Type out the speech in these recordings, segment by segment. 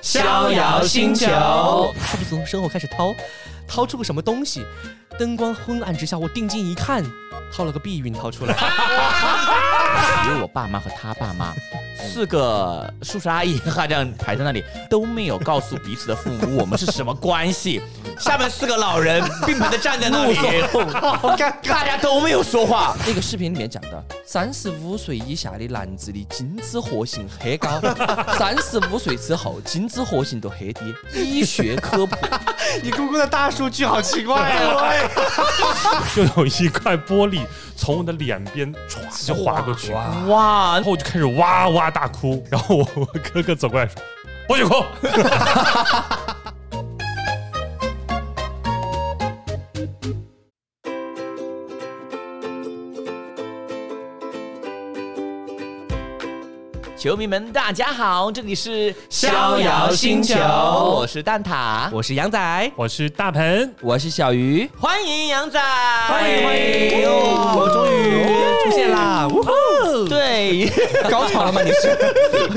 逍遥星球他就从身后开始掏，掏出个什么东西。灯光昏暗之下，我定睛一看，掏了个避孕套出来。 只有我爸妈和他爸 妈，四个叔叔阿姨哈这样排在那里，都没有告诉彼此的父母我们是什么关 系。下面四个老人并排的站在那里，好尴大家都没有说话。那个视频里面讲的，三十五岁以下的男子的精子活性很高，三十哎五岁之后精子活性都很低。医学科普，你姑姑的大数据好奇怪啊！哎就有一块玻璃从我的脸边唰就划过去，然哇，后我就开始哇哇大哭。然后我我哥哥走过来说：“我 也哭。球迷们大家好，这里是逍遥星球我是蛋挞，我是杨仔”，我是大盆，我是小鱼，欢迎杨仔，哦欢迎欢迎，哦我哎终于出现啦！呜 呼对，高潮了吗？你是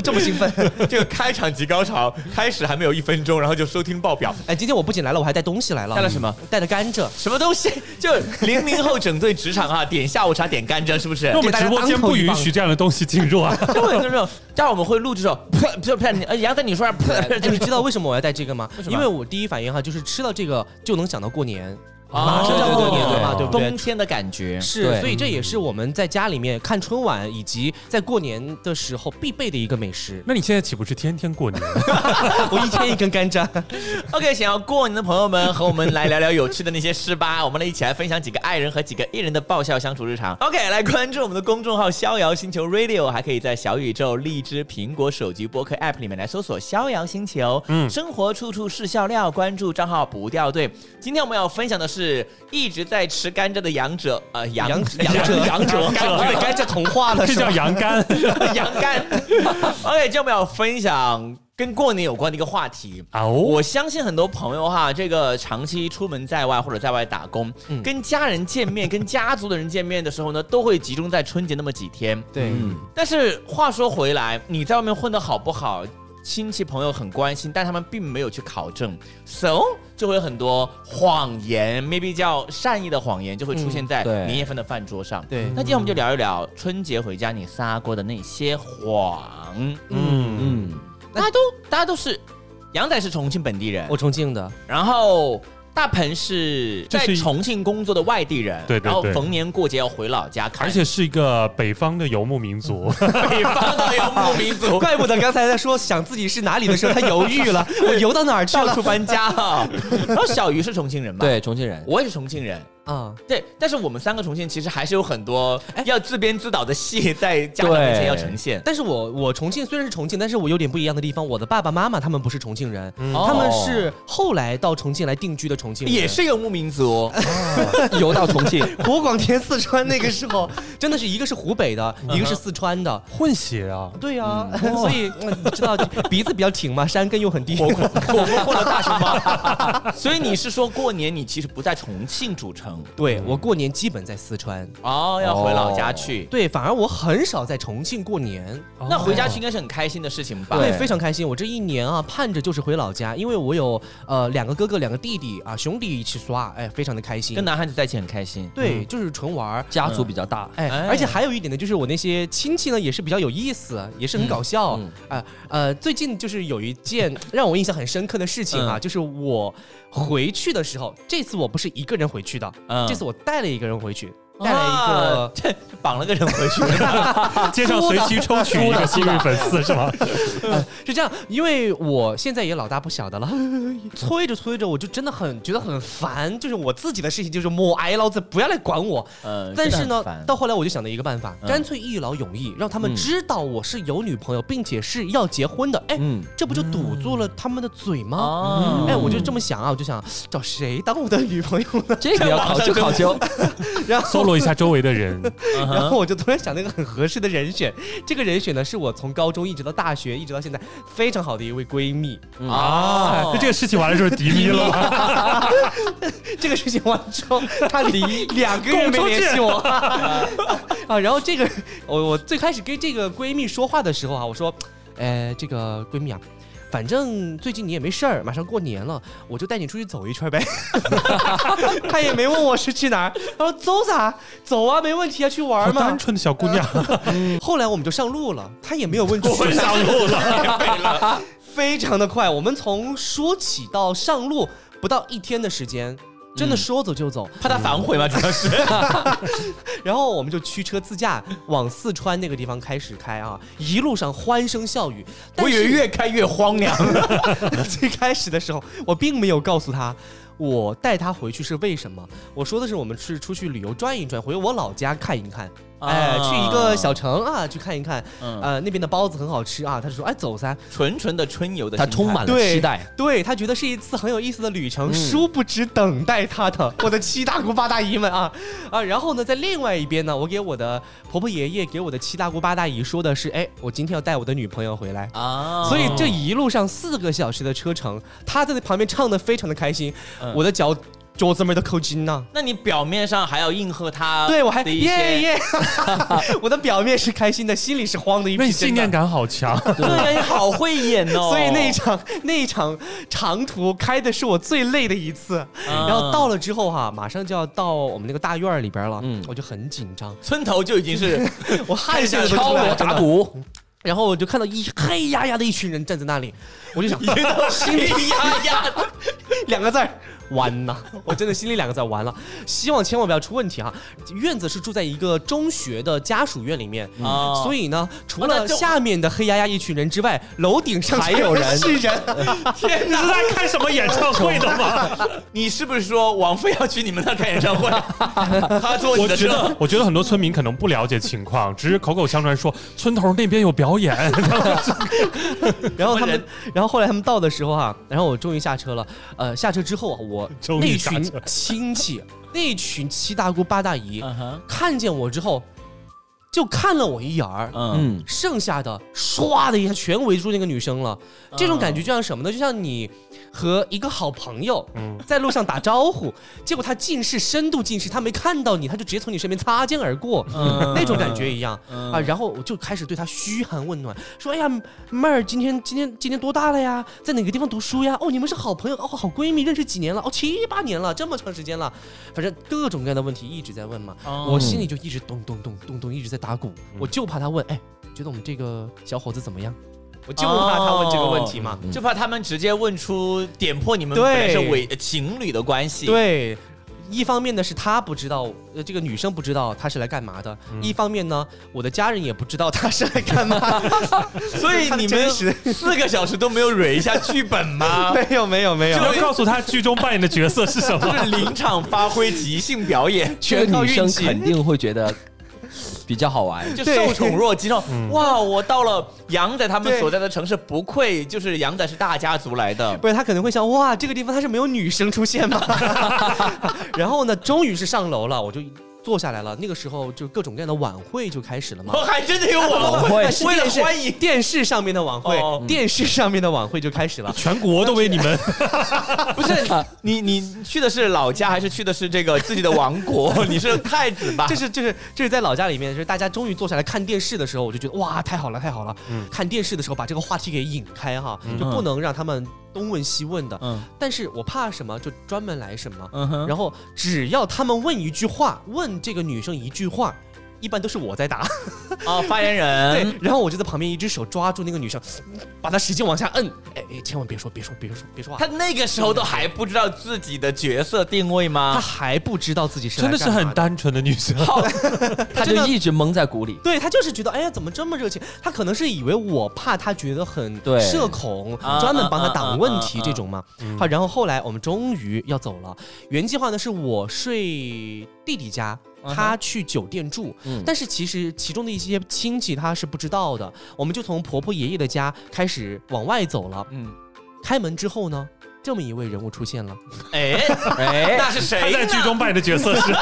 这么兴奋？ 这个开场即高潮，开始还没有一分钟，然后就收听爆表，哎，今天我不仅来了，我还带东西来了。嗯带了什么？带的甘蔗。什么东西？就零零后整对职场啊，点下午茶，点甘蔗，是不是因为？我们直播间不允许这样的东西进入 啊！。就会有那种，待会儿我们会录 这种，啪啪啪，你呃杨仔你说啊，啪哎，就你是知道为什么我要带这个吗？什么因为我第一反应哈，就是吃到这个就能想到过年，嗯啊马上就要过年了嘛，对不对冬？天的感觉，是，对所以这也是我们在家里面看春晚以及在过年的时候必备的一个美食 那你现在岂不是天天过 年？我一天一根甘 蔗， OK，想要过年的朋友们和我们来聊聊有趣的那些事吧。我 们来一起来分享几个爱人和几个艺人的爆笑相处日常。OK，来关注我们的公众号“逍遥星球 Radio”，还可以在小宇宙、荔枝、苹果手机播客 App 里面来搜索“逍遥星球”。嗯，嗯生活处处是笑料，关注账号不掉队。今天我们要分享的是一直在吃甘蔗的杨者，呃，杨杨杨杨者者杨者甘蔗甘蔗同化了这是 吧叫？羊肝。杨 干。OK，今天我们要分享跟过年有关的一个话题。 啊我哦，相信很多朋友哈，这个长期出门在外或者在外打工，嗯跟家人见面、跟家族的人见面的时候呢，都会集中在春节那么几天。对，但是话说回来，你在外面混得好不好，亲戚朋友很关心，但他们并没有去考证，so 就会有很多谎言，maybe 叫善意的谎言，就会出现在对年夜饭的饭桌上。对那今天我们就聊一聊春节回家你撒过的那些谎。嗯，嗯，大家都大家都是，杨仔是重庆本地人，我重庆的，然后大鹏是这在是一重庆工作的外地人，对对对然后逢年过节要回老家看，而 且是一个北方的游牧民族，北方的游牧民族怪不得刚才在说想自己是哪里的时候，他犹豫 了，我游到哪儿去到了？处搬家啊。 然后小鱼是重庆人嘛，，对，重庆人。我也是重庆人。啊，对，但是我们三个重庆其实还是有很多哎要自编自导的戏在家长对面前要呈现。但是我我重庆虽然是重庆，但是我有点不一样的地方，我的爸爸妈妈他们不是重庆人，哦他们是后来到重庆来定居的重庆人，也是游牧民族，哦 游到重庆， 湖广填四川那个时候， 真的是一个是湖北的，一个是四川的。 混血啊！对呀、所以嗯你知道鼻子比较挺嘛，山根又很低。火锅过了大熊猫。 所以你是说过年你其实不在重庆主城 对我过年基本在四川，哦，要回老家去？对，反而我很少在重庆过年。哦那回家去应该是很开心的事情吧？哦对，非常开心。我这一年啊，盼着就是回老家，因为我有呃两个哥哥，两个弟弟啊，兄弟一起耍，哎，非常的开心。跟男孩子在一起很开心。对，就是纯玩儿。家族比较大，哎嗯哎，而且还有一点呢，就是我那些亲戚呢也是比较有意思，也是很搞笑啊、嗯呃，最近就是有一件让我印象很深刻的事情啊，嗯就是我回去的时候，这次我不是一个人回去的，嗯这次我带了一个人回去，带了一个、 啊这绑了个人回去，街上随机抽取一个幸运粉丝是吗？呃是这样，因为我现在也老大不小的了， 催着催着，我就真的很觉得很烦，就是我自己的事情，就是默哀，老子不要来管我。 嗯但是呢，到后来我就想了一个办法，干脆一劳永逸，让他们嗯知道我是有女朋友，并且是要结婚的。哎，嗯，这不就堵住了他们的嘴吗？哦哎，我就这么想啊，我就想找谁当我的女朋友呢？这个要考究考究， 然后搜罗一下周围的 人，然后我就突然想到一个很合适的人选，这个人选呢是我从高中一直到大学一直到现在非常好的一位闺蜜。哎啊那这个事情完了之后敌迷了吗？这个事情完之后，他离 两个月没联系我 啊。然后这个我我最开始跟这个闺蜜说话的时候啊，我说，呃，这个闺蜜啊，反正最近你也没事儿，马上过年了，我就带你出去走一圈呗。 他也没问我是去哪儿，他说走啥？走啊，没问题啊，去玩好儿单嘛。纯的小姑娘，后来我们就上路了，他也没有问去哪儿上 路了。非常的快，我们从说起到上路不到一天的时间，真嗯的说走就走。怕他反悔吧，主要是。然后我们就驱车自驾往四川那个地方开始开啊，一路上欢声笑语。但我以为是 越开越荒凉。最开始的时候，我并没有告诉他。我带他回去是为什么？我说的是我们是出去旅游转一转，回我老家看一看，哎，去一个小城啊，去看一看，嗯，呃，那边的包子很好吃啊。他就说，哎，走噻，纯纯的春游的他心态，充满了对期待。对他觉得是一次很有意思的旅程，嗯殊不知等待他的我的七大姑八大姨们啊啊！然后呢，在另外一边呢，我给我的婆婆爷爷给我的七大姑八大姨说的是，哎，我今天要带我的女朋友回来。啊，所以这一路上四个小时的车程，他在那旁边唱的非常的开心，嗯我的脚脚趾门儿都抠筋呐、那你表面上还要应和啊他，对我还的一些耶耶， 我的表面是开心的，心里是慌的一因批。为 你信念感好 强，对呀，你好会演哦。所以那一场那一场长途开的是我最累的一次，嗯然后到了之后哈、马上就要到我们那个大院儿里边了，嗯我就很紧 张，村头就已经是我汗腺都敲出来锣了，真打的。鼓，然后我就看到一黑压压的一群人站在那里，我就 想，心里哎呀呀，两个字儿完 了，我真的心里两个字儿完了，希望千万不要出问题哈。院子是住在一个中学的家属院里面。嗯哦所以呢，除哦那了就下面的黑压压一群人之外，楼顶上啊还有人是人，你是在看什么演唱会的吗？你是不是说王菲要去你们那开演唱会？他坐你 我的觉车得，我觉得很多村民可能不了解情况，只是口口相传说村头那边有 表演，然后他什们，然后后来他们到的时候哈、然后我终于下车了。呃，下车之后啊，我终于那下群车亲戚，那群七大姑八大姨嗯哼，看见我之后，就看了我一眼儿。嗯，嗯，剩下的唰的一下全围住那个女生了，嗯这种感觉就像什么呢？就像你和一个好朋友嗯在路上打招呼，结果他近视深度近视，他没看到你，他就直接从你身边擦肩而过，嗯那种感觉一样。嗯啊，然后我就开始对他嘘寒问暖，说：“哎呀，妹儿，今天今天今天多大了呀？在哪个地方读书呀？哦，你们是好朋友哦，好闺蜜，认识几年了？哦，七八年了，这么长时间了。反正各种各样的问题一直在问嘛，哦嗯我心里就一直咚咚咚咚咚一直在打鼓，我就怕他问，哎，觉得我们这个小伙子怎么样？我就哦怕他问这个问题嘛。就怕他们直接问出点破你们对本来是伪呃情侣的关系。，对，一方面呢是他不知道，呃，这个女生不知道他是来干嘛的；嗯一方面呢，我的家人也不知道他是来干嘛的。所以你们真实四个小时都没有蕊一下剧本 吗？没有没有没有你，要告诉他剧中扮演的角色是什就么。是临场发挥即兴表 演，这全个靠女运生气，肯定会觉得比较好 玩。就对受宠若惊。然后嗯哇，我到了杨仔他们对所在的城市，不愧就是杨仔是大家族来的。不是，他可能会想，哇，这个地方他是没有女生出现吗？ 然后呢，终于是上楼了，我就坐下来了。那个时候就各种各样的晚会就开始了嘛我。 还真的有 我晚会为了欢迎电视上面的晚会，哦 电视上面的晚会就开始 了。 全国都为你们，不是你，你去的是老家还是去的是这个自己的王 国？你是太子吧？这是这是这是在老家里面，就是大家终于坐下来看电视的时候，我就觉得哇，太好了，太好了！嗯看电视的时候把这个话题给引开哈，就不能让他们东问西问的。嗯但是我怕什么就专门来什么，嗯哼，然后只要他们问一句话，问这个女生一句话，一般都是我在答。哦，发言嗯人对，然后我就在旁边一只手抓住那个女生，把她使劲往下摁，哎哎，千万别说，别说，别说，别说话他。那个时候都还不知道自己的角色定位她吗？还不知道自己是来真的是干嘛很单纯的女生。他就一直蒙在 鼓里。对他就是觉得，哎呀，怎么这么热情？他可能是以为我怕他觉得很对社恐啊，专门帮他挡问题啊啊啊啊这种嘛。好，然后后来我们终于要走了。原计划呢是我睡弟弟家。嗯哼他去酒店住，嗯但是其实其中的一些亲戚他是不知道的。我们就从婆婆爷爷的家开始往外走了。嗯，开门之后呢，这么一位人物出现了，哎，哎，那是他谁呢？在剧中扮演的角色 是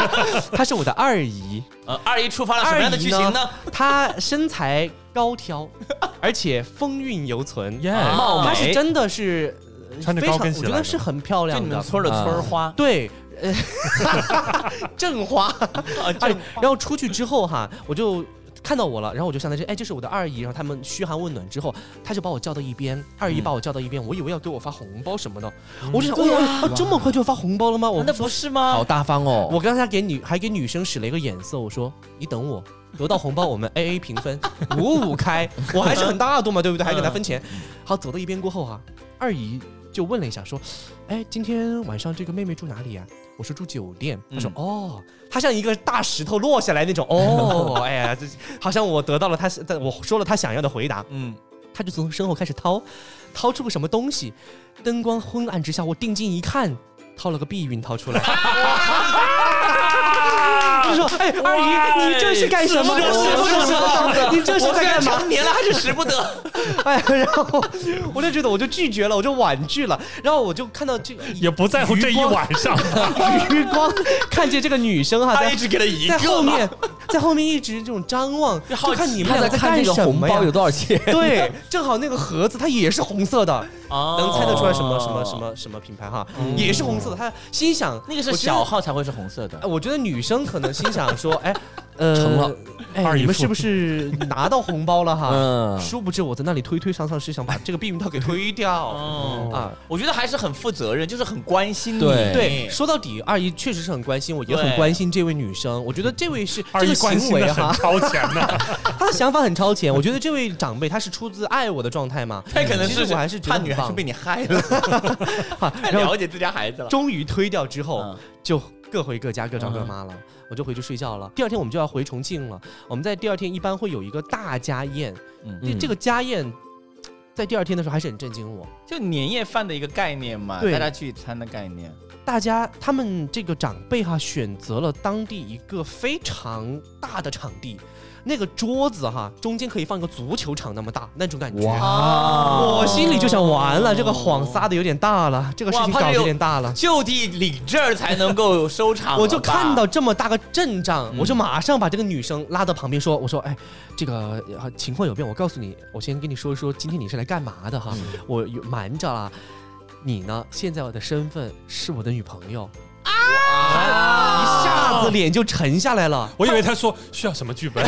她是我的二姨，呃，二姨触发了什么样的剧情呢？她身材高挑，而且风韵犹存，耶啊貌美她哎是真的是呃穿着非高常，跟鞋我觉来得的是很漂就亮你们的。村儿的村儿花对，呃，正花。 啊，哎就，然后出去之后哈，我就。看到我了，然后我就上来说，哎，这是我的二姨。然后他们嘘寒问暖之后，他就把我叫到一边，二姨把我叫到一边，我以为要给我发红包什么的，我就想，对啊哇啊这啊么快就要发红包了吗？我那说不是吗？好大方哦。我刚才给女还给女生使了一个眼色，我说你等我。得到红包，我们 A A 平分，五五开，我还是很大度嘛，对不对？还给他分钱。好，走到一边过后啊，二姨就问了一下，说：“哎，今天晚上这个妹妹住哪里呀、啊我说住酒店。她说：“哦，她像一个大石头落下来 那种。哦，哎呀，这好像我得到了她，我说了她想要的回答。嗯，她就从身后开始掏，掏出个什么东西。灯光昏暗之下，我定睛一看，掏了个避孕套出 来。就说：“哎，二姨，你这是干什么？舍不得舍不得你这是我在虽然干嘛？成年了，还是使不得。哎呀，然后我就觉得我就拒绝了，我就婉拒了，然后我就看到这个也不在乎这一晚 上。余光看见这个女生 哈，他在一直给了一在个后嘛，面，在后面一直这种张望，就好奇看你们他俩在在看干这个什红么呀包有？多少钱？ 对，正好那个盒子它也是红色的，能能猜得出来什么哦什么什？么什么品牌哈，也是红色的。他心想那个是我觉得小号才会是红色的哎，。我觉得女生可能心想说，哎，呃，成了，哎，二姨你们夫是不是拿到红包了哈？嗯殊不知我在那里推推搡搡，是想把这个避孕套给推掉哦，啊。我觉得还是很负责任，就是很关心你。对对，嗯说到底，二姨确实是很关心我，也很哎对关心这位女生。我觉得这位是二这姨个关行心为的很哈，超前呢、 她的想法很超前。我觉得这位长辈她是出自爱我的状态 嘛，他可能其是实我还是觉得怕女很孩是棒被。你害了，哈太然后了解自家孩子了。终于推掉之后嗯，就各回各家，各找各妈了。我就回去睡觉了。第二天我们就要回重庆了。我们在第二天一般会有一个大家宴，这嗯这个家宴。在第二天的时候还是很震惊我，就年夜饭的一个概念嘛，对大家聚餐的概念。大家他们这个长辈哈、选择了当地一个非常大的场地，那个桌子哈、中间可以放一个足球场那么大那种感觉。哇啊我心里就想完了，这个谎撒的有点大了，这个事情哇搞怕是得有有点大了。就地领证儿才能够收场了吧。我就看到这么大个阵仗，我就马上把这个女生拉到旁边说：“我说，哎，这个呃情况有变，我告诉你，我先跟你说一说，今天你是来干嘛的哈？我有瞒着了。”你呢？现在我的身份是我的女朋友，啊一下子脸就沉下来了。我以为他说需要什么剧本，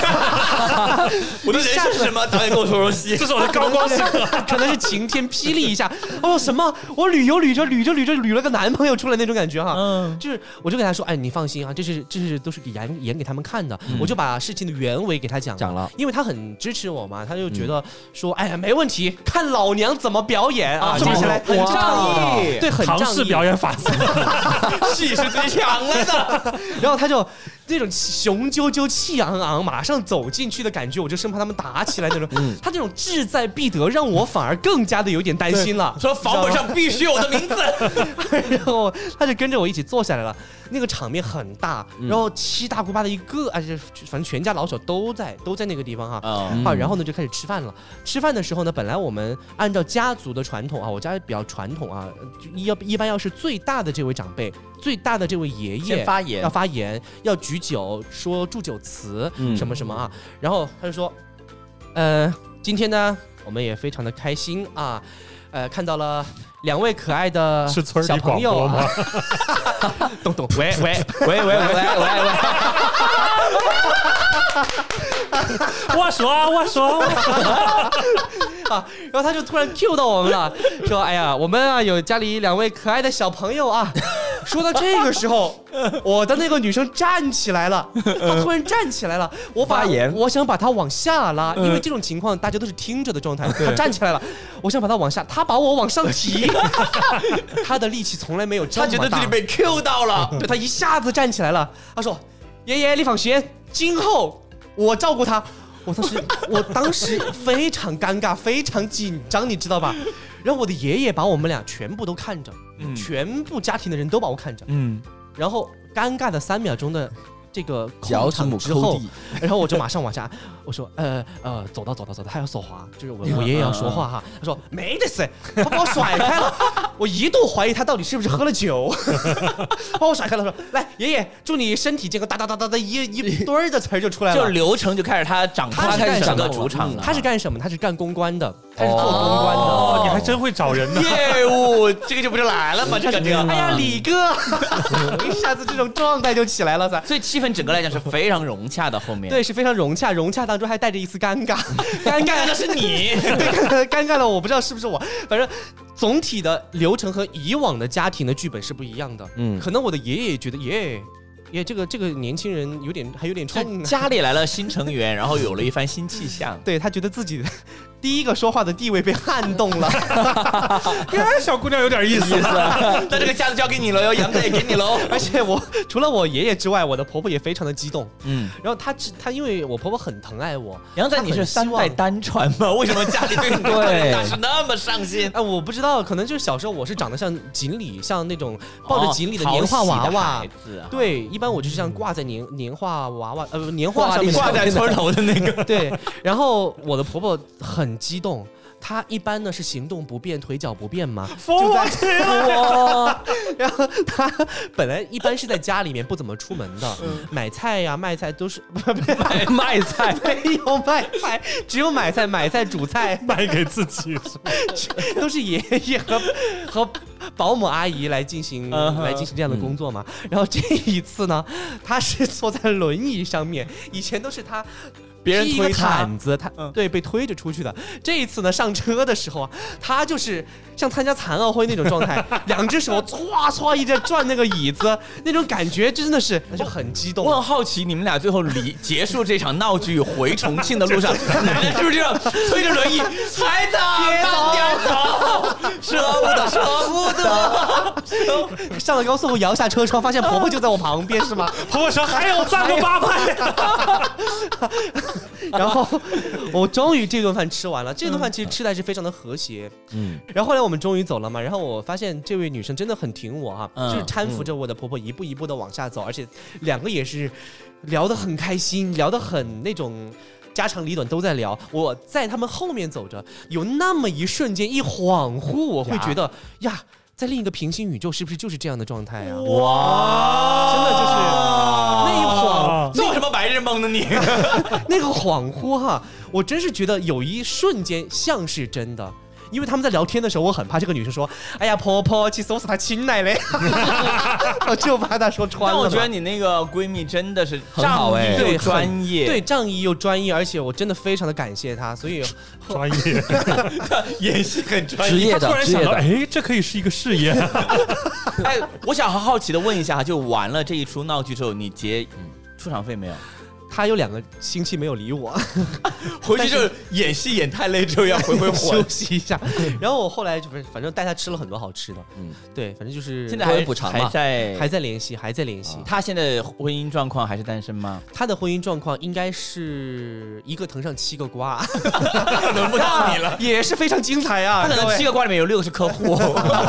我的人是什么？导演跟我说说戏这。是我的高光时刻。可能是晴天霹雳一下，哦什么？我旅游旅着旅着旅着旅了个男朋友出来那种感觉哈。嗯，就是，我就跟他说，哎，你放心啊，这是这是都是给演演给他们看的，我就把事情的原委给他讲了讲了因为他很支持我嘛，他就觉得说，哎呀，没问题，看老娘怎么表演啊，啊接下来这么很仗哇义，对，很唐仗氏义。表演法则，戏是最强了的。 然后他就那种雄赳赳、气昂昂，马上走进去的感觉，我就生怕他们打起来那种。他这种志在必得，让我反而更加的有点担心 了。说房本上必须有我的名字。然后他就跟着我一起坐下来了。那个场面很大，然后七大姑八大姨各，哎，这反正全家老小都在都在那个地方哈、啊。啊嗯然后呢就开始吃饭了。吃饭的时候呢，本来我们按照家族的传统啊，我家比较传统啊，就一要一般要是最大的这位长辈，最大的这位爷爷先发要言，发言，要举酒，说祝酒词，嗯什么什么啊。然后他就说，呃，今天呢，我们也非常的开心啊，呃，看到了两位可爱的 是村小里朋广友播吗 啊，？懂懂，喂 喂，喂喂喂喂喂， 我说我说，啊啊，然后他就突然 Q 到我们了，说：“哎呀，我们啊有家里两位可爱的小朋友啊。”说到这个时候，我的那个女生站起来了，她突然站起来了，我把发言嗯我想把她往下拉，因为这种情况大家都是听着的状态，她站起来了，我想把她往下，她把我往上提， 她的力气从来没有这么他大，觉得自己被 Q 到了。对他一下子站起来了，他说：“爷爷，李仿贤，今后我照顾他。”我当时，我当时非常尴尬，非常紧张，你知道吧？然后我的爷爷把我们俩全部都看着，全部家庭的人都把我看着，嗯，然后尴尬的三秒钟的这个脚空趾场母之抠后地，，然后我就马上往下，我说呃呃，走到走到走到，他要手滑，就是嗯我我爷爷要说话哈，他说没得事，他把我甩开了，我一度怀疑他到底是不是喝了酒， 把我甩开了，说来爷爷祝你身体健康，哒哒哒哒哒一一堆儿的词儿就出来就了。流程就开始他掌控他是干整什个么主场了。他是干什么？他是干公关的，他是做公关的。哦你还真会找人呢。业务这个就不就来了吗？这个这嗯个，哎呀，李哥， 一下子这种状态就起来了噻。所以气氛整个来讲是非常融洽的。后面对，是非常融洽，融洽当中还带着一丝尴 尬，尴尴尬尬的是你，对，尴尬了， 我不知道是不是我，反正总体的流程和以往的家庭的剧本是不一样的。嗯可能我的爷爷也觉得爷爷。爷这个这个年轻人有点还有点就冲啊，家里来了新成员，然后有了一番新气 象。 对他觉得自己的第一个说话的地位被撼动 了，哎，小姑娘有点意 思。 那这个家就交给你 了哟，杨哥也给你喽。而且我除了我爷爷之外，我的婆婆也非常的激动。嗯，然后她只她因为我婆婆很疼爱我，杨仔，你是三代单传吗？为什么家里对你对是那么上心？哎，我不知道，可能就是小时候我是长得像锦鲤，像那种抱着锦鲤的年画娃哦娃讨喜的孩。子啊对，一般我就是像挂在年年画娃娃呃不年画挂上面历的挂在村头的那个。对，然后我的婆婆很激动，她一般呢是行动不便、腿脚不便 嘛，就在哦哇， 然后她本来一般是在家里面不怎么出门的，嗯买菜呀、卖菜都是 卖菜，没有卖菜，只有买菜、买菜、煮菜，卖给自己是吧 都是爷爷和和保姆阿姨来进行嗯哼嗯来进行这样的工作嘛。然后这一次呢，她是坐在轮椅上面，以前都是她别人披一个推她毯子，她嗯对被推着出去的。这一次呢，上车的时候啊，她就是像参加残奥会那种状 态，两只手歘歘一直在转那个椅子，那种感觉真的是，那就很激动。我很好奇，你们俩最后离结束这场闹剧回重庆的路 上，奶奶是不是这样推着轮椅，孩子别走慢点走，舍不 得，舍不得，上了高速后摇下车窗，发现婆婆就在我旁边，是吗？婆婆说还有三个 八拍，然后我终于这顿饭吃完了，这顿饭其实吃的还是非常的和谐。嗯，然后后来我们终于走了嘛，然后我发现这位女生真的很挺我哈、嗯就是搀扶着我的婆婆一步一步的往下走，而且两个也是聊得很开心，聊得很那种。家长里短都在聊，我在他们后面走着，有那么一瞬间，一恍惚，我会觉得呀，在另一个平行宇宙是不是就是这样的状态啊？哇，真的就是那一晃啊做什么白日梦呢你？ 那个恍惚哈、我真是觉得有一瞬间像是真的。因为他们在聊天的时候，我很怕这个女生说：“哎呀，婆婆，去搜死她亲奶 奶。”我就怕她说穿但了嘛。我觉得你那个闺蜜真的是很好仗义哎又对专业，对仗义又专业，而且我真的非常的感谢她，所以 专业。 演戏很专职业突的，然职业想到，的，哎，这可以是一个事业。哎，我想好好奇的问一下哈，就完了这一出闹剧之后，你结嗯出场费没有？她有两个星期没有理 我，回去就是演戏演太累之后要回 回火休。息一下。然后我后来就不是，反正带她吃了很多好吃的，嗯嗯，对，反正就是现在作为还补偿嘛还在还在联系，还在联系。他现在婚姻状况还是单身吗？她的婚姻状况应该是一个藤上七个瓜，轮不到你了。 也是非常精彩啊！他可各位啊能七个瓜里面有六个是客户，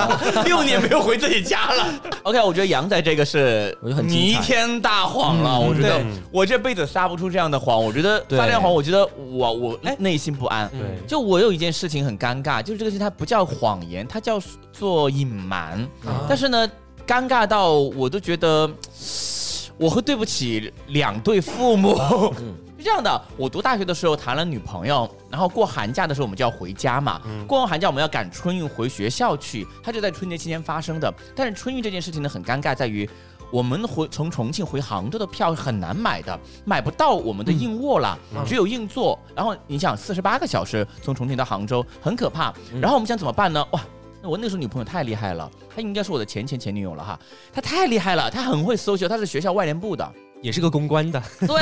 六年没有回自己家了。OK，我觉 得杨仔这个是我觉得很精弥彩天大谎了。嗯我觉得对我这辈子撒不出这样的谎。我觉得对撒这样的谎，我觉得我我内心不安。嗯就我有一件事情很尴尬，就是这个事情它不叫谎言，它叫做隐瞒。啊但是呢，尴尬到我都觉得嘶我会对不起两对父母。 是这样的，我读大学的时候谈了女朋友，然后过寒假的时候我们就要回家嘛。过完寒假我们要赶春运回学校去，它就在春节期间发生的。但是春运这件事情呢，很尴尬，在于我们回从重庆回杭州的票很难买的，买不到我们的硬卧了，只有硬座。然后你想，四十八个小时从重庆到杭州，很可怕。然后我们想怎么办呢？哇！那我那时候女朋友太厉害了，她应该是我的前前前女友了哈，她太厉害了，她很会搜秀，她是学校外联部的，也是个公关的， 对，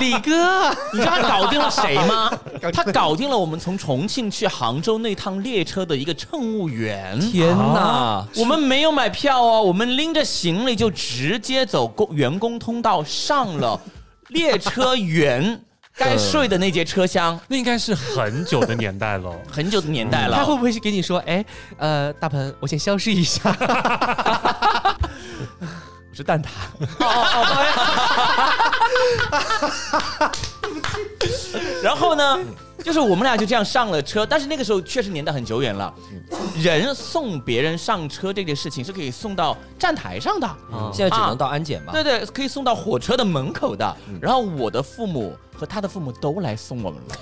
李哥， 你知道他搞定了谁 吗？他搞定了我们从重庆去杭州那趟列车的一个乘务员。天哪啊！我们没有买票哦，我们拎着行李就直接走工员工通道上了列车员该睡的那节车厢。那应该是很久的年代了。很久的年代他会嗯了，不会是给你说，哎，呃，大鹏，我先消失一下，我是蛋挞。然后呢，就是我们俩就这样上了车，但是那个时候确实年代很久远了，人送别人上车这件事情是可以送到站台上的，啊现在只能到安检吧？对对，可以送到火车的门口的。然后我的父母和他的父母都来送我们了。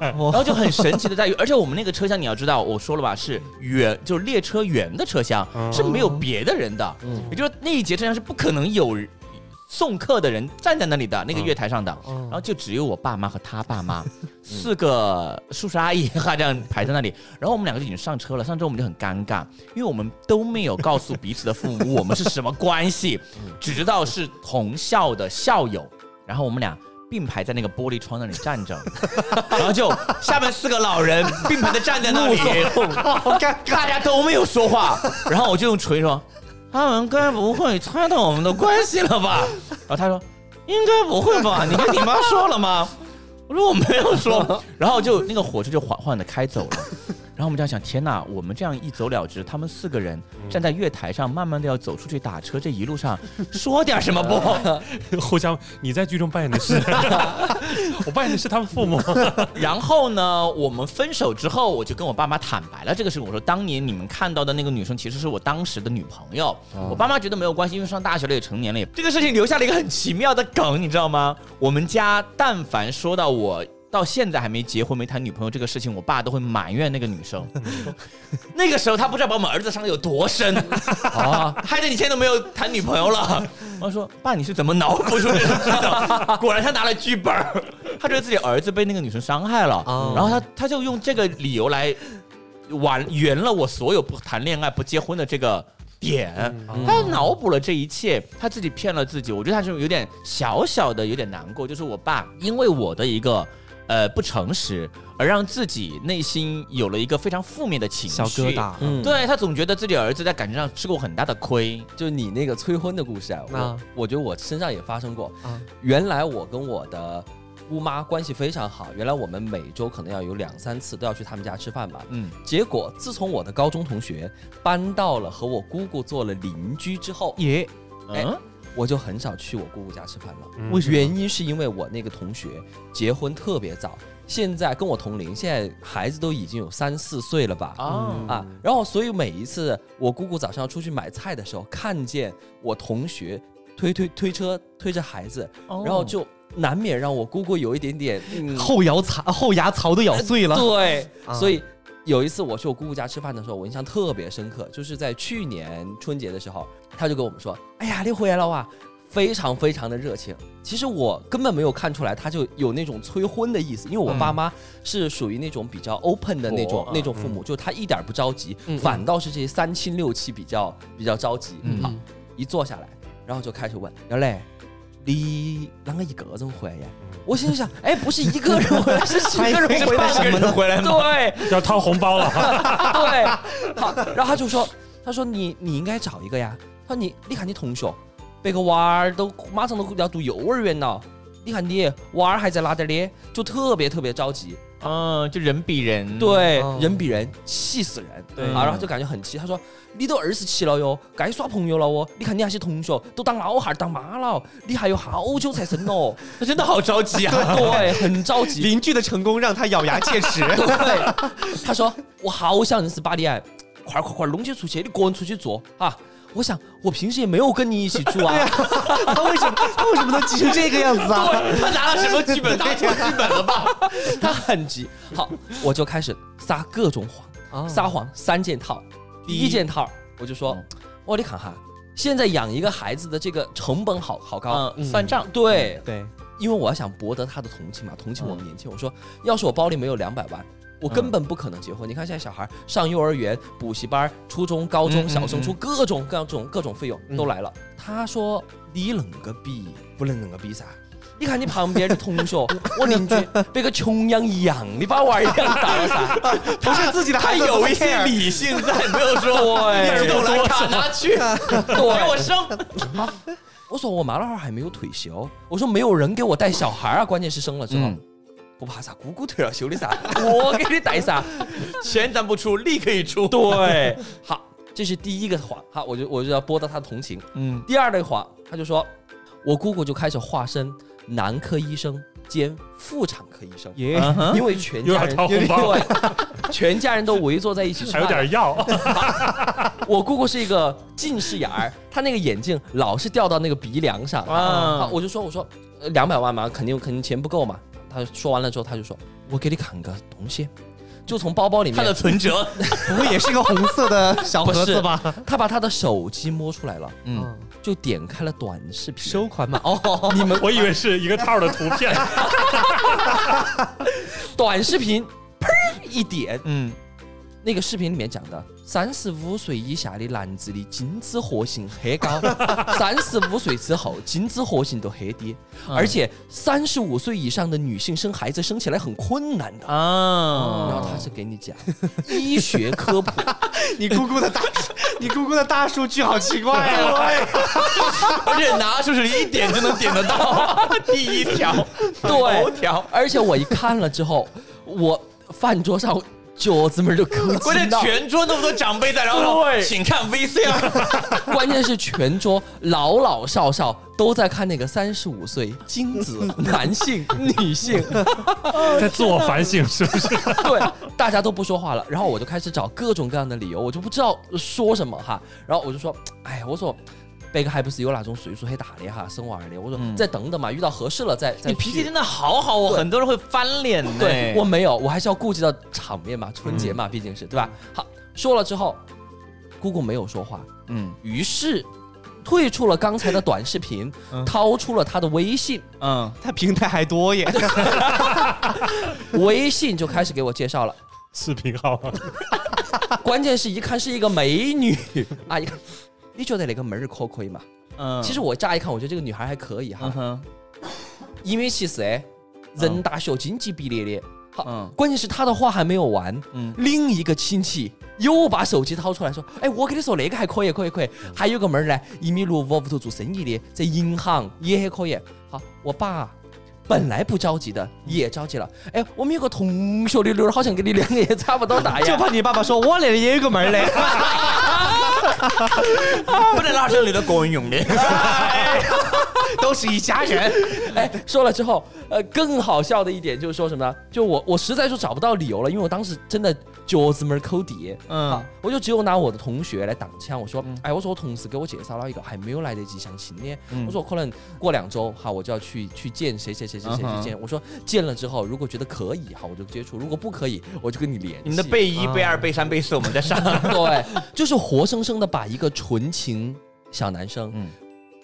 然后就很神奇的在于，而且我们那个车厢你要知道，我说了吧，是圆，就列车员的车厢嗯是没有别的人的，也就是那一节车厢是不可能有送客的人站在那里的那个月台上的，然后就只有我爸妈和他爸妈四个叔叔阿姨哈这样排在那里，然后我们两个就已经上车了，上车我们就很尴尬，因为我们都没有告诉彼此的父母我们是什么关系，只知道是同校的校友，然后我们俩。并排在那个玻璃窗那里站着， 然后就下面四个老人并排的站在那里，大家都没有说话，然后我就用锤说：“他们该不会猜到我们的关系了吧？”然后他说：“应该不会吧？你跟你妈说了吗？”我说：“我没有说。”然后就那个火车就缓缓的开走了。然后我们这样想：天呐，我们这样一走了之，他们四个人站在月台上，慢慢的要走出去打车，这一路上说点什么不？互相你在剧中扮演的是，我扮演的是他们父母。 然后呢，我们分手之后，我就跟我爸妈坦白了这个事情。我说，当年你们看到的那个女生，其实是我当时的女朋友。我爸妈觉得没有关系，因为上大学了也成年了也。这个事情留下了一个很奇妙的梗，你知道吗？我们家但凡说到我。到现在还没结婚、没谈女朋友这个事情，我爸都会埋怨那个女生。那个时候他不知道把我们儿子伤的有多深 啊，害得你现在都没有谈女朋 友了。我说爸，你是怎么脑补出这个剧的？ 果然他拿了剧本儿，他觉得自己儿子被那个女生伤害了，哦然后他他就用这个理由来完圆了我所有不谈恋爱、不结婚的这个。点，嗯他脑补了这一切，他自己骗了自己。我觉得他是有点小小的有点难过，就是我爸因为我的一个呃不诚实，而让自己内心有了一个非常负面的情绪。 小疙瘩，嗯，对他总觉得自己儿子在感情上吃过很大的亏，就你那个催婚的故事啊，我、啊我觉得我身上也发生过。啊原来我跟我的姑妈关系非常好，原来我们每周可能要有两三次都要去他们家吃饭嘛。嗯，结果自从我的高中同学搬到了和我姑姑做了邻居之后，耶，哎嗯，我就很少去我姑姑家吃饭了。嗯为什么原因是因为我那个同学结婚特别早，现在跟我同龄，现在孩子都已经有三四岁了吧？啊，啊，然后所以每一次我姑姑早上出去买菜的时候，看见我同学推推推车推着孩子，然后就难免让我姑姑有一点点、 嗯、后摇槽后牙槽都咬碎了，对， 啊所以有一次我去我姑姑家吃饭的时候，我印象特别深刻，就是在去年春节的时候，她就跟我们说：“哎呀，你回来了哇！”非常非常的热情，其实我根本没有看出来，她就有那种催婚的意思，因为我嗯爸妈是属于那种比较 open 的那种、哦那种父母，就他一点儿不着急，嗯嗯反倒是这些三亲六戚比较比较着急。嗯好，一坐下来，然后就开始问杨磊，你啷个一个人回来呀？我心里想，哎，不是一个人回来，是几个人回来半个呀？人回来吗？ 对，要掏红包了，对，好，然后他就说，他说你你应该找一个呀，他说你你看你同学，别个娃儿都马上都要读幼儿园了，你看你娃儿还在哪点儿呢？就特别特别着急，嗯，就人比人，对，哦人比人气死人，对啊，然后就感觉很气，他说你都二十七了哟，该耍朋友了哦，你看你那些同学都当老汉儿当妈了，哦你还有好久才生哦， 他真的好着急啊！对，很着急，邻居的成功让他咬牙切齿，对， 他说我好想认识巴蒂安，快快快弄起出去，你个人出去做啊！我想我平时也没有跟你一起 住啊， 他为什么他为什么能急成这个样子啊？他拿了什么剧本？拿错剧本了吧？他很急。好，我就开始撒各种谎，啊撒谎三件套。第一件套，我就说嗯，我你看哈，现在养一个孩子的这个成本好好高。嗯，算账，对， 对，因为我要想博得他的同情嘛，嗯同情我们年轻。我说，要是我包里没有两百万，我嗯根本不可能结婚。你看现在小孩上幼儿园、补习班、初中、高嗯嗯中、嗯小升初，各种各种各种费用嗯都来了。他说：“你恁个比，不能恁个比噻。”你看你旁边的同 学，我邻居，别个穷养一样，你把娃儿养大了噻。不是自己的他孩子，有一不 care 些理性在，没有说我对，都来看他 去，给我生。嗯我说我妈那会儿还没有退休，我说没有人给我带小孩儿啊，关键是生了之后。嗯不怕啥，姑姑退了休的噻，我给你带啥？钱咱不出，力可以出。对，好，这是第一个谎，好，我就我就要拨到他同情。嗯，第二类谎，他就说，我姑姑就开始化身男科医生兼妇产科医生，耶嗯哼因为 全又家要人掏红包，对全家人都围坐在一起吃还有饭。点药，我姑姑是一个近视眼儿，她那个眼镜老是掉到那个鼻梁上啊啊！我就说我说呃两百万嘛，肯定肯定钱不够嘛。她说完了之后，她就说我给你砍个东西，就从包包里他的面，存 折，不会也是个红色的小盒子 吧？她把她的手机摸出来了，嗯，就点开了短视频，收款 码哦，你们 我以为是一个套的图片，短视频，砰一点，嗯，那个视频里面讲的，三十五岁以下的男子的精子活性 很高，三十五岁之后精子活性都很低，嗯而且三十五岁以上的女性生孩子生起来很困难的。然后啊，他是给你讲 医学科普，你姑姑的 大，你姑姑的大数据好奇怪啊！ 而且拿出去一点就能点得 到，第一条， 头对，条，而且我一看了之后，我饭桌上脚趾 门都抠关键筋了。全桌那么多长辈在，然后对请看 VCR， 关键是全桌老老少少都在看那个三十五岁精子男性、女性，在自我反省是不是？对，大家都不说话了。然后我就开始找各种各样的理由，我就不知道说什么哈。然后我就说，哎，我说。贝克还不是有那种岁数很大的哈，生娃儿的。我说、嗯再等等嘛，遇到合适了再 再你脾气去真的好好哦，对很多人会翻脸呢。对我没有，我还是要顾及到场面嘛，春节嗯嘛，毕竟是对吧？好，说了之后，姑姑没有说话，嗯于是退出了刚才的短视频，掏出了他的 微信，嗯，他平台还多 耶，微信就开始给我介绍了。视频号吗？关键是一看是一个 美女，哎呀，你觉得那个妹儿可可以嘛？嗯其实我乍一看，我觉得这个女孩还可以哈嗯，哼，一米七四，哎人大学经济毕业的。好嗯，关键是她的话还没有完，嗯另一个亲戚又把手机掏出来说：“哎，我跟你说，那个还可以，可以，可以。还有个妹儿呢，一米六五，屋头做生意的，在银行也很可以。好，我爸。”本来不着急的，也着急了。哎，我们有个同学的女儿，好像跟你两个也差不多 大呀。就怕你爸爸说我那里也有个门儿嘞。 不能拉成你的个人用的。 都是一家人。哎，说了之后，呃，更好笑的一点就是说什么呢？就我我实在就找不到理由了，因为我当时真的脚趾门儿抠底，嗯啊，我就只有拿我的同学来挡枪。我说，哎，我说我同事给我介绍了一个还没有来得及相亲呢，我说我可能过两周哈，我就要去去见谁谁谁谁谁嗯哼去见。我说见了之后，如果觉得可以哈，我就接触；如果不可以，我就跟你联系。 你们的背一、背二、背三、背四，我们在上。 对，就是活生生的把一个纯情小男生，嗯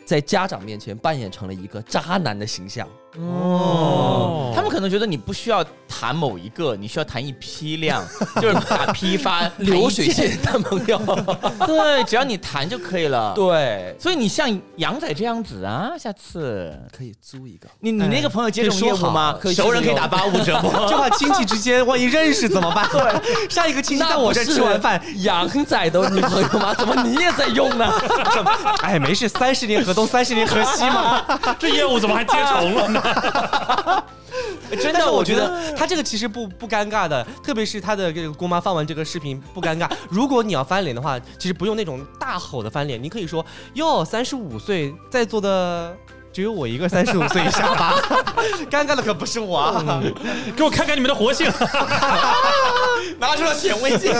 在家长面前扮演成了一个渣男的形象。他们可能觉得你不需要谈某一个，你需要谈一批 量，就是打批 发流水。线男朋友。谈一件 对，只要你谈就可以了。，对，所以你像杨仔这样子啊，下次可以租一个。你你那个朋友接这种业务吗？可以说好熟人可以打八五折吗？就怕亲戚之间万一认识怎么办？对，上一个亲戚在我这儿吃完饭，，杨仔的女朋友吗？怎么你也在用呢？哎，没事，三十年河东，三十年河西嘛。这业务怎么还接重了呢？真的，我觉得他这个其实不不尴尬的，特别是他的这个姑妈放完这个视频不尴尬。如果你要翻脸的话，其实不用那种大吼的翻脸，你可以说哟，三十五岁，在座的只有我一个三十五岁以下吧， 尴尬的可不是我啊。给我看看你们的活性。拿出了显微镜。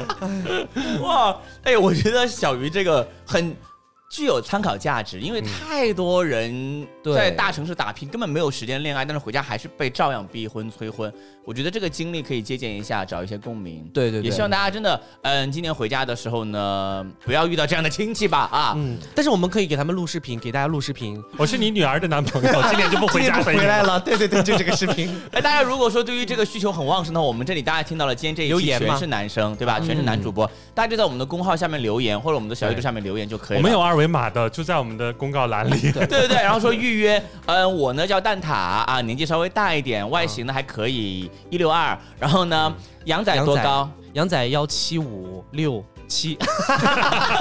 哇，哎，我觉得小鱼这个很具有参考价值，因为太多人对在大城市打拼，根本没有时间恋爱，但是回家还是被照样逼婚催婚。我觉得这个经历可以借鉴一下，找一些共鸣。对对对也希望大家真的，嗯，今年回家的时候呢，不要遇到这样的亲戚吧啊。嗯，但是我们可以给他们录视频，给大家录视频。我是你女儿的男朋友，今年就不今回家天不陪你回了。来了，对对对，就这个视频。哎，大家如果说对于这个需求很旺盛的话，我们这里大家听到了，今天这留一期言全吗是男生，对吧？全是男主播，大家就在我们的公号下面留言，或者我们的小宇宙下面留言就可以我了。们有二维码的，就在我们的公告栏里。 对对对，然后说预约，嗯，我呢叫蛋挞啊，年纪稍微大一点，外形呢还可以，一六二。然后呢，羊仔羊多仔高？ 杨仔幺七五六 七，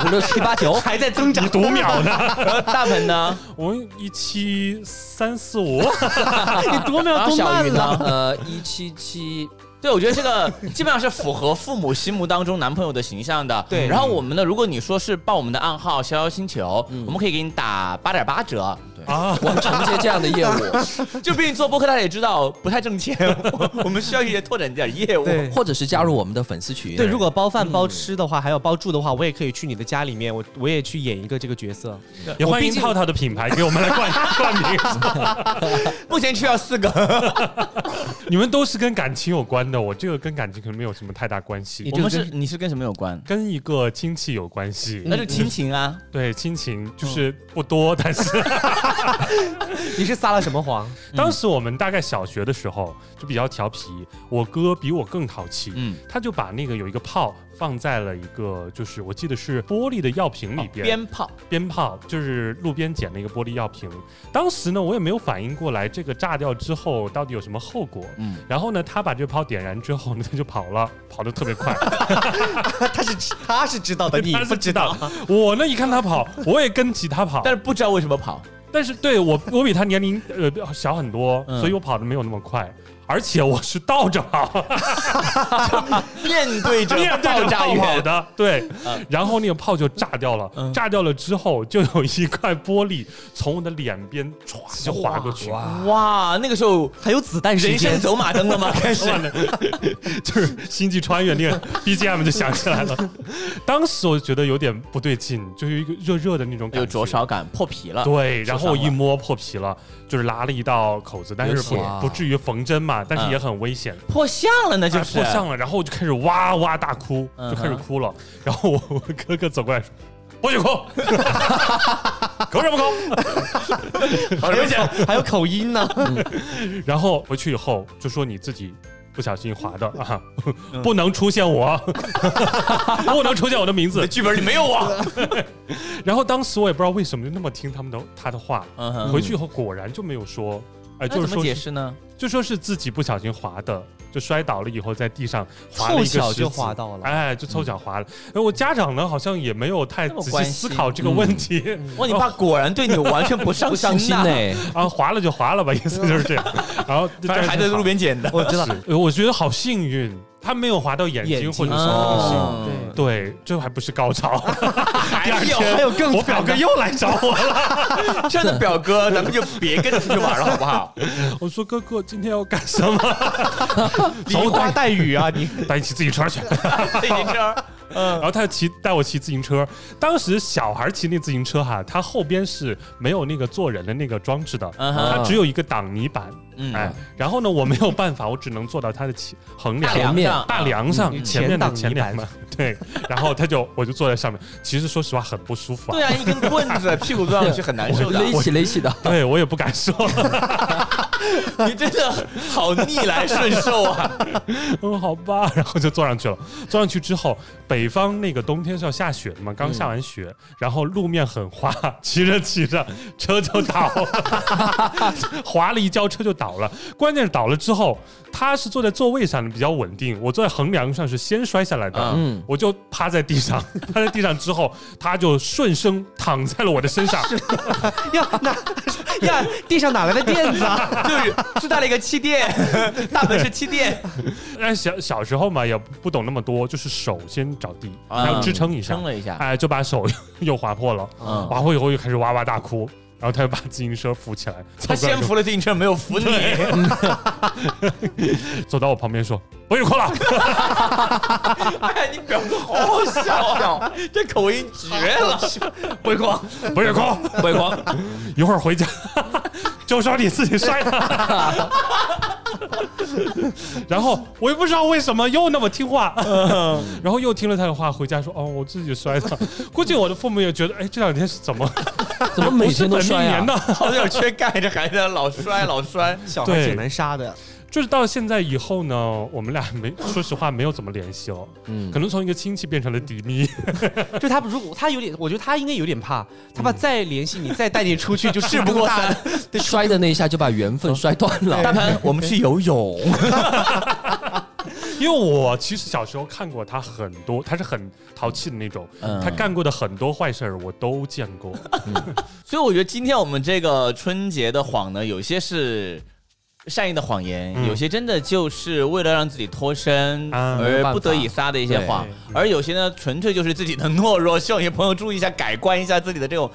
五六七八 九，还在增长你。读秒呢？然后 大鹏呢？我一七三四五，你读秒然后读小慢鱼呢了。？呃，一七七，对，我觉得这个基本上是符合父母心目当中男朋友的形象的。对然后我们呢，如果你说是报我们的暗号“逍遥星球”，我们可以给你打八点八折。对，啊，我承接这样的 业务，就毕竟做播客，大家也知道不太挣钱，我我们需要一些拓展一点业务。对或者是加入我们的粉丝群。对，如果包饭包吃的话，还有包住的话，我也可以去你的家里面，我我也去演一个这个角色。也欢我毕迎竟套套的品牌给我们来冠冠名。目前需要四个，你们都是跟感情有关的，我这个跟感情可能没有什么太大关系你，我就们跟是你是跟什么有关？跟一个亲戚有关系。那就亲情啊，对亲情就是不多，但是 你是撒了什么谎？当时我们大概小学的时候就比较调皮，我哥比我更淘气，嗯，他就把那个有一个炮放在了一个，就是我记得是玻璃的药瓶里边，鞭炮，鞭炮就是路边捡了一个玻璃药瓶。当时呢，我也没有反应过来这个炸掉之后到底有什么后果。嗯然后呢，他把这个炮点燃之后呢，他就跑了，跑得特别 快。哦他是 他是知道的， 你他不是知知道。道， 我呢一看他跑，我也跟起他跑。但但是不知道为什么跑，但是对我，我比他年龄呃小很多，嗯所以我跑的没有那么快。而且我是倒着 跑，面对 着面对爆着炸炮跑源，的，对嗯。然后那个炮就炸掉了，炸掉了之后就有一块玻璃从我的脸边唰就划过去，哇，那个时候还有子弹时人生间，走马灯了吗？开 始，算了，就是《星际穿越》那个 BGM 就响起来了。当时我就觉得有点不对劲，就有一个热热的那种感觉，有灼。烧感，破皮了。对，然后灼我伤一了摸破皮了，就是拉了一道口子，但是流血不不至于缝针嘛，但是嗯也很危险，破相了呢，就是哎破相了。然后我就开始哇哇大哭，嗯就哼开始哭了。然后我我哥哥走过来说：“不许哭， 哭什么哭？”好危险， 还有口音呢。然后回去以后就说你自己不小心滑嗯的啊，不能出 现我，不能出现我的名字。剧本里没有我。 然后当时我也不知道为什么就那么听他们的他的话，嗯哼回去以后果然就没有说，那哎，就是怎么说解是释呢？就说是自己不小心滑的，就摔倒了以后在地上滑了一个凑巧石就子滑到了哎，就凑巧滑了。哎，我家长呢好像也没有太嗯那么仔细关思心嗯考这个问题，哇，你爸果然对你完全不上不伤心呐呢、， 啊，滑了就滑了吧，意思就是这样。然后反正还在边。路边捡的。 我知道，呃我觉得好幸运，他没有划到眼睛眼睛或者什么东西。哦对对，这还不是高潮，还第二有天还有更我表惨哥的又来找我了。这样的表哥，咱们就别跟他出去玩了，好不好？我说哥哥，今天要干什 么？梨花带雨啊，你 带你骑自行车去。自行车，然后他骑带我骑自行车，当时小孩骑那自行车哈，它后边是没有那个坐人的那个装置的，嗯哼它只有一个挡泥板。嗯哎，然后呢，我没有办法，我只能坐到它的前横梁大梁上，大梁上嗯前面的前前挡泥两板嘛，对，然后他就我就坐在上面，其实说实话很不舒服啊对，啊，一根棍子屁股坐上去很难受的，哎勒起勒 起的。啊对我也不敢说， 你真的好逆来顺受 啊！嗯，好吧，然后就坐上去了。坐上去之后，北方那个冬天是要下雪的嘛，嗯刚下完雪，然后路面很滑，骑着骑着车就倒了， 滑了一跤，车就倒了。关键是倒了之后，他是坐在座位上比较稳定，我坐在横梁上是先摔下来的。嗯嗯，我就趴在地上， 趴在地上之后，他就顺生躺在了我的身 上，呀哪呀地上哪来的垫子啊？就是自带了一个气垫， 大门是气垫，但小小时候嘛，也不懂那么多，就是手先着地，啊然后支撑一下，撑了一下，哎，就把手 又划破了。嗯，划破以后又开始哇哇大哭，然后他就把自行车扶起来，他走过来先说扶了自行车，没有扶你，走到我旁边说：“不许哭 了。 哎，你表哥好好笑啊，这口音绝了，不会狂，”不许哭，不会狂， 一会 儿回家就说你自己摔的。然后我也不知道为什么又那么听话，嗯 然后又听了他的话，回家说：“哦，我自己 摔的。”估计我的父母也觉得，哎，这两天是怎么怎么每天都不是本摔啊啊命呀、年呢？好像有点缺钙，这孩子老摔老摔，小对孩挺难杀的，就是到现在以后呢，我们俩没 说实话没有怎么联系哦，嗯可能从一个亲戚变成了敌蜜。就他如果他有点，我觉得他应该有点怕，他怕再联系你，再带你出去 就嗯事不过大三了。摔的那一下就把缘嗯分摔断了。大潘，我们去游泳， 因为我其实小时候看过他很多，他是很淘气的那种，嗯他干过的很多坏事儿我都见过。所以我觉得今天我们这个春节的谎呢，有些是善意的谎言，嗯有些真的就是为了让自己脱身啊没有而办法不得已撒的一些谎，而有些呢，纯粹就是自己的懦弱，希望有些朋友注意一下，改观一下自己的这种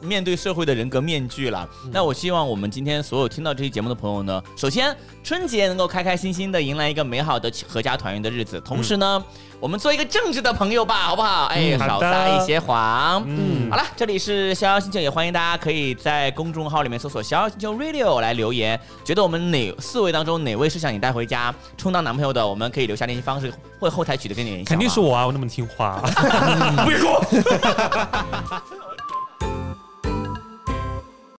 面对社会的人格面具了。嗯那我希望我们今天所有听到这期节目的朋友呢，首先春节能够开开心心的迎来一个美好的合家团圆的日子，同时呢，我们做一个正直的朋友吧，好不好？哎，嗯好少的撒一些谎。嗯好，了，这里是逍遥星球，也欢迎大家可以在公众号里面搜索“逍遥星球 Radio” 来留言，觉得我们哪四位当中哪位是想你带回家充当男朋友的，我们可以留下联系方式，会啊后台取得跟你联系。肯定好是吗我啊，我那么听话。不许哭。